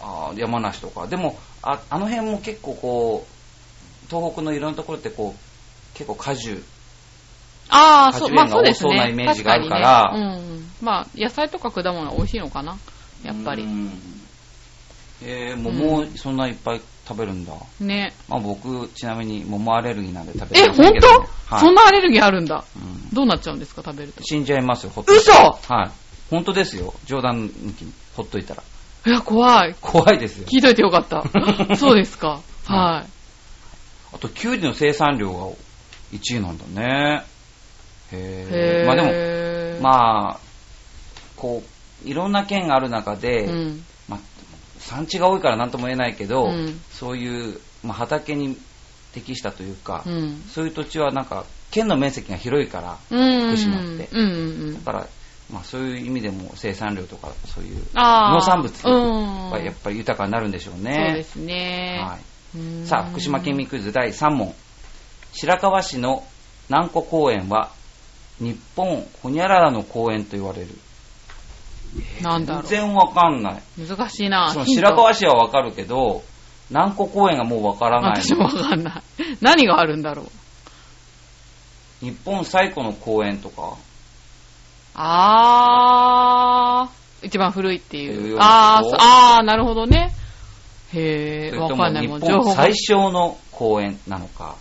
A: あ、あー山梨とか。でもあ、あの辺も結構こう、東北のいろんなところってこう、結構果樹。
B: ああ、そう、まあ
A: 果樹園が
B: そうですね。
A: 多そうなイメージがあるから
B: 確にねうん。まあ、野菜とか果物は美味しいのかな。やっぱ
A: う
B: り。
A: ん。えー、桃を
B: うん
A: そんないっぱい食べるんだ。
B: ね。
A: まあ僕、ちなみに桃アレルギーなんで食べ
B: え、
A: てません
B: 本
A: け
B: 当
A: ど、ね、はい
B: そんなアレルギーあるんだ。
A: うん
B: どうなっちゃうんですか、食べると。
A: 死んじゃいますよ、ほっとい
B: 嘘
A: たらはい。本当ですよ、冗談抜きに、ほっといたら。
B: いや、怖い。
A: 怖いですよ。
B: 聞いといてよ かった。そうですか。はい。
A: あと、キュウリの生産量が1位なんだね。へえ。
B: へー
A: まあでも、まあ、こう、いろんな県がある中で、
B: うん。
A: まあ、産地が多いから何とも言えないけど、
B: うん
A: そういう、まあ、畑に適したというか、
B: うん。
A: そういう土地はなんか、県の面積が広いから、
B: うん。
A: 福島って
B: うんうんうん
A: だ。から、まあ、そういう意味でも生産量とかそういう
B: あー
A: 農産物
B: うん
A: はやっぱり豊かになるんでしょうね。
B: そうですね。
A: は
B: うー
A: い、
B: ん
A: さあ福島県民クイズ第3問白河市の南湖公園は日本ホニャララの公園と言われる
B: なんだろ。
A: 全然わかんないう
B: 難しいな。
A: その
B: ヒント
A: 白河市はわかるけど南湖公園がもうわからない
B: 私もわかんない。何があるんだろう。
A: 日本最古の公園とか
B: あー、一番古いって
A: いう
B: い
A: よう
B: う。
A: な
B: あ
A: こ
B: ー
A: と
B: そあー、なるほどね。へ
A: そ
B: ー、
A: れ
B: わ
A: と
B: か
A: も
B: んない。
A: 日
B: もう情報
A: 本
B: が
A: 最小の公園なのか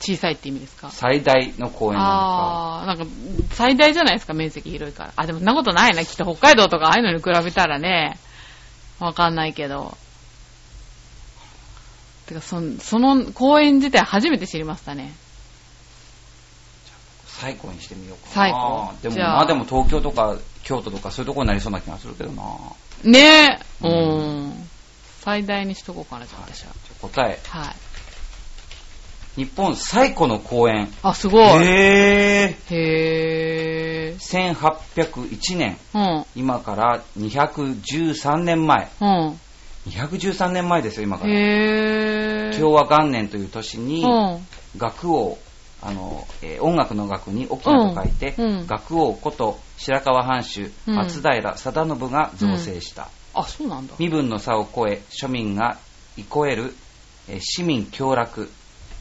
B: 小さいって意味ですか。
A: 最大の公園な
B: あー、なんか、最大じゃないですか、面積広いから。あ、でもそんなことないな。きっと北海道とかああいうのに比べたらね、わかんないけど。てか、そんその公園自体初めて知りましたね。
A: のか最古にしてみようか
B: 最
A: な
B: 古
A: でも
B: じゃあ
A: まあでも東京とか京都とかそういうところになりそうな気がするけどな
B: ねえ、
A: う
B: うんん。最大にしとこうかな、じゃあ私は。
A: じゃあ答え
B: はい。
A: 日本最古の公園。
B: あ、すごい。
A: へ
B: へぇー。
A: ー。1801年、
B: うん。
A: 今から213年前。
B: うん。
A: 213年前ですよ、今から。
B: へぇー。
A: 昭和元年という年に、
B: うん。
A: 学王、あの、えー音楽の楽に沖縄と書いて、
B: うんうん
A: 学王こと白川藩主
B: うん
A: 松平定信が造成した、
B: あ、そうなんだ。
A: 身分の差を超え庶民が憩える、えー市民享楽、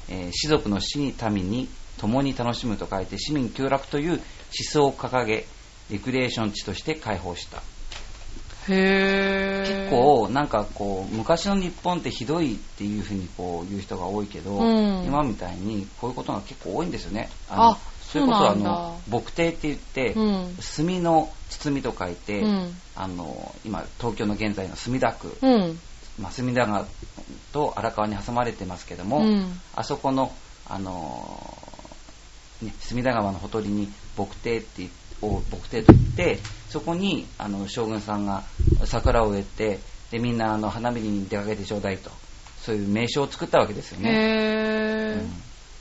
A: えー士族の死に民に共に楽しむと書いて市民享楽という思想を掲げレクリエーション地として開放した
B: へー。
A: 結構なんかこう昔の日本ってひどいっていうふうにこう言う人が多いけど、
B: うん
A: 今みたいにこういうことが結構多いんですよねの
B: あ
A: それこそ
B: そうな
A: あ
B: んだ
A: の墨堤って言って、
B: うん。
A: 墨の包みと書いて、
B: うん。
A: あの今東京の現在の墨田区、
B: うん。
A: まあ、墨田川と荒川に挟まれてますけども、
B: うん
A: あそこの、あのーね、隅田川のほとりに牧亭っていを牧亭と言ってそこにあの将軍さんが桜を植えてでみんなあの花見に出かけてちょうだいとそういう名称を作ったわけですよね。
B: へ
A: う
B: ー
A: ん。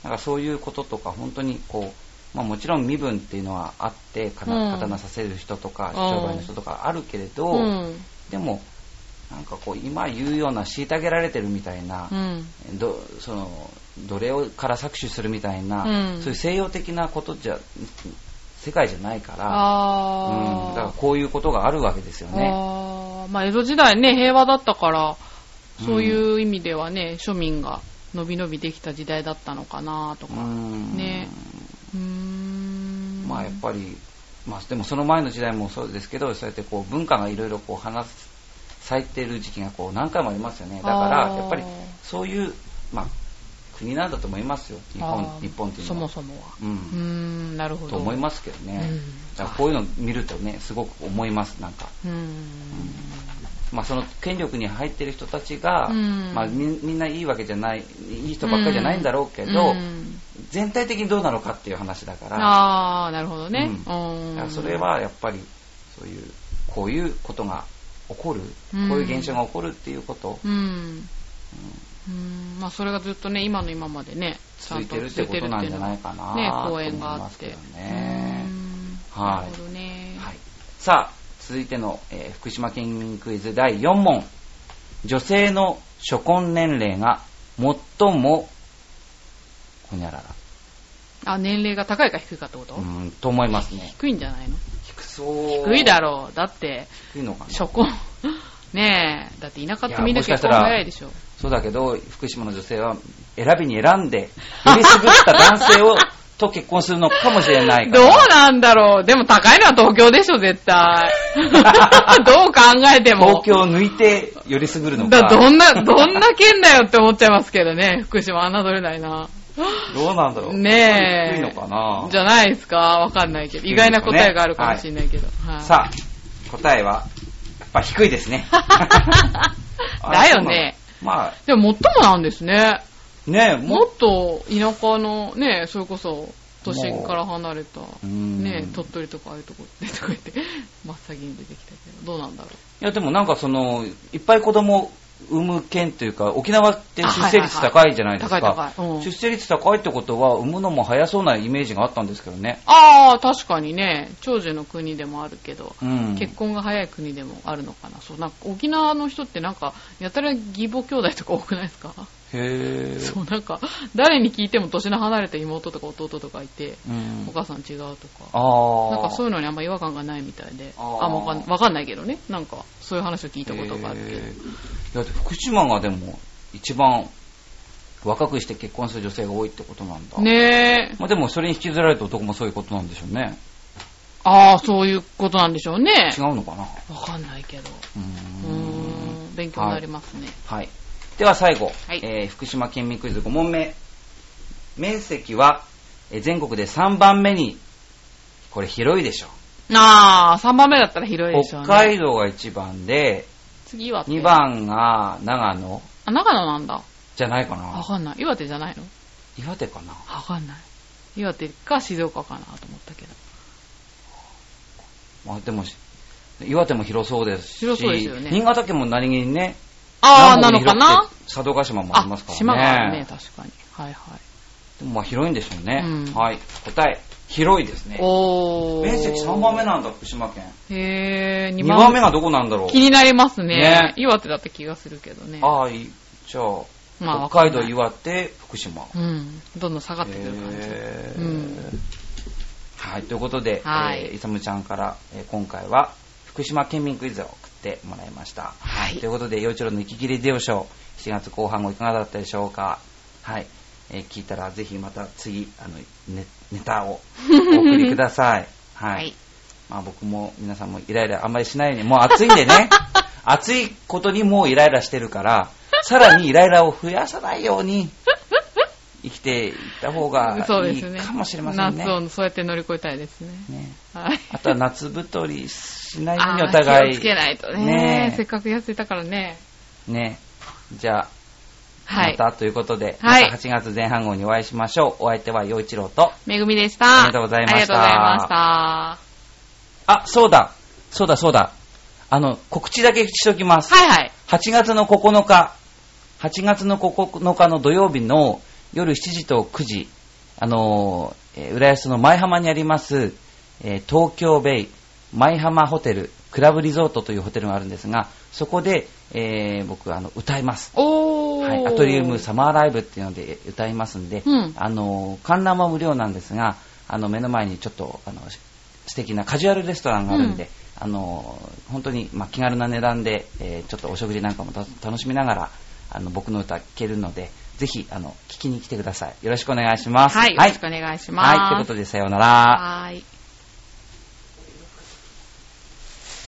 A: だからそういうこととか本当にこう、まあ、もちろん身分っていうのはあってかな
B: うん
A: 刀させる人とか
B: ん
A: 商売の人とかあるけれど、
B: うん。
A: でもなんかこう今言うような虐げられてるみたいな、
B: うん。
A: どその奴隷をから搾取するみたいな、
B: うん
A: そういう西洋的なことじゃ世界じゃないから、
B: あー。
A: うんだからこういうことがあるわけですよね。
B: あーまあ、江戸時代ね、平和だったから、そう
A: う
B: いう意味ではね、庶民がのびのびできた時代だったのかなとか。
A: うん
B: ねうーん。
A: まあやっぱり、まあ、でもその前の時代もそうですけどそうやってこう文化がいろいろこう花咲いてる時期がこう何回もありますよねだから
B: あー
A: やっぱりそういう、まあ、国なんだと思いますよ日
B: あ
A: 本
B: ー
A: 日本っていうの
B: そ
A: は
B: もそもは。
A: うん
B: うーん、なるほど。
A: と思いますけどね、
B: うん
A: だからこういうの見るとねすごく思いますなんか。
B: うーん。
A: まあ、その権力に入ってる人たちが、
B: うん
A: まあ、みみんないいわけじゃないいい人ばっかりじゃないんだろうけど、
B: うん
A: 全体的にどうなのかっていう話だから
B: ああ、なるほどね。
A: う
B: うんん
A: だからそれ、はやっぱりそういうこういうことが起こる、
B: うん
A: こういう現象が起こるっていうこと、
B: うん。うん、まあそれがずっとね、今の今までね、ち
A: 続
B: ゃん
A: い
B: と
A: てるってことなんじゃないか
B: ね
A: な、と
B: 公
A: 思い
B: 演があ
A: ま
B: っ
A: すけ
B: て。
A: どね
B: うー。ん
A: はい
B: なるほどね。
A: はい、さあ続いての、えー福島県民クイズ第4問女性の初婚年齢が最もほにゃらら
B: あ、年齢が高いか低いかってこと、
A: うーんと思いますね
B: 低いんじゃないの
A: 低そう
B: 低いだろう。だって、
A: 低いのかな
B: 初婚。 ねえ。だって田舎ってみん
A: いや
B: な
A: もしか
B: 結
A: した
B: 婚
A: ら
B: 早いでしょ。
A: そうだけど福島の女性は選びに選んでよりすぐった男性 をと結婚するのかもしれないか
B: ど
A: ら
B: うなんだろう。でも高いのは東京でしょ、絶 対。 どう考えても。
A: 東京を抜いてよりすぐるの
B: だ
A: か
B: どんな、どんな県だよって思っちゃいますけどね、福島侮れないな。
A: どうなんだろう
B: ね
A: 低
B: え。
A: いのかな
B: じゃないですかわかんないけど。意外な答えがあるかもしれないけど。はい
A: さあ答えはやっぱ低いですね あ
B: だよね。
A: そうなのまあ
B: でも、最もなんですね。
A: ねえ、
B: も
A: も
B: っと田舎の、ね、それこそ、都心から離れた、
A: うーん
B: ね、鳥取とかああいうとこって、とか言って、 真っ先に出てきたけど、どうなんだろう。
A: いやでもなんかその、いっぱい子供産む県というか、沖縄って出生率
B: あはい
A: 高いじゃないですか。
B: はい高い高いうん
A: 出生率高いってことは、産むのも早そうなイメージがあったんですけどね。
B: ああ、確かにね、長寿の国でもあるけど、
A: うん。
B: 結婚が早い国でもあるのかな。そう、なんか沖縄の人ってなんか、やたら義母兄弟とか多くないですか
A: へー
B: そう、なんか、誰に聞いても年の離れた妹とか弟とかいて、
A: うん
B: お母さん違うとか。
A: ああ。
B: なんかそう
A: う
B: いうのにあんま違和感がないみたいで。
A: あ
B: あ
A: ー
B: わかんわかんないけどね。なんか、そういう話を聞いたことがあるけ
A: だ
B: ど。
A: って福島がでも、一番若くして結婚する女性が多いってことなんだ。。
B: ねえ。
A: まあでもそれに引きずられた男もそういうことなんでしょうね。
B: ああ、そういうことなんでしょうね
A: 違。うのかな
B: わかんないけど。
A: うー
B: う
A: ん
B: ーん。勉強になりますね。
A: はい。では最後、
B: はい
A: えー福島県民クイズ5問目。面積は、えー全国で3番目に、これ広いでしょ。
B: ああ、3番目だったら広いでしょう
A: 北
B: ね。
A: 海道が1番で、
B: 次は
A: 2。番が長野
B: あ、長野なんだ。
A: じゃないか
B: わ
A: な。
B: かんない。岩手じゃないの
A: 岩手かな。
B: わかんない。岩手か静岡かなと思ったけど。
A: まあ、でもし、岩手も広そうですし、
B: 広そうですよね
A: 新潟県も何気にね、
B: ああ、な
A: 南北
B: のか
A: に広
B: な
A: くて佐渡島もありま
B: あ
A: す、からね。
B: 島があるね、確かに。はいはい。
A: でもまあ広いんでしょうね。
B: うん
A: はい。答え、広いですね。
B: おー。
A: 面積3番目なんだ、福島県。
B: へー、
A: 2
B: 2
A: 番
B: 番
A: 目
B: 目。
A: がどこなんだろう
B: 気。になりますね。
A: ね
B: 岩手だった気がするけどね。
A: ああ、いいじゃあ、
B: まあ、
A: 北海道、
B: わかんない
A: 岩手、福島。
B: うん。どんどん下がってくる感じ。
A: えー
B: うん
A: はい、ということで、
B: はい
A: えーいさむちゃんから、えー今回は福島県民クイズを送ってもらいました。
B: はい
A: ということで、洋一郎の息切れデオショー、7月後半後いかがだったでしょうか。はい、えー聞いたらぜひまた次、あの、ネネタをお送りくださ い。はい。
B: はい
A: まあ僕も皆さんもイライラあんまりしないように、もう暑いんで ね、暑いことにもうイライラしてるから、さらにイライラを増やさないように、生きていった方が
B: そう
A: い
B: で
A: い
B: すね。
A: かもしれませんね。
B: 夏をそうやって乗り越えたいですね。
A: ね
B: はい。
A: あとは夏太りしないよう
B: あ
A: に
B: ー
A: お互い。
B: 気をつけないとね
A: ね
B: せっかく痩せたからね。
A: ねじゃあ、
B: はい。
A: またということで、
B: はい
A: また8月前半号にお会いしましょう。お相手は陽一郎と、
B: めぐみでした。
A: ありがとうございました
B: ありがとうございました。
A: あ、そうだ、そうだそうだ、あの、告知だけしときます。
B: はいはい。
A: 8月の9日、8月の9日の土曜日の夜7時と9時、あのー、えー浦安の舞浜にあります、えー東京ベイ舞浜ホテル、クラブリゾートというホテルがあるんですが、そこで、えー僕あの歌います。
B: おー。
A: はい、アトリウムサマーライブっていうのでえー歌いますんで、
B: うん
A: あのー観覧は無料なんですが、あの目の前にちょっとあのし素敵なカジュアルレストランがあるんで、
B: うん
A: あのー本当に、まあ、気軽な値段で、えーちょっとお食事なんかもた楽しみながらあの僕の歌聴けるので、ぜひあの聞きに来てください。よろしくお願いします。
B: はい。よろしくお願いします。
A: はい、ということでさようなら。
B: はーい。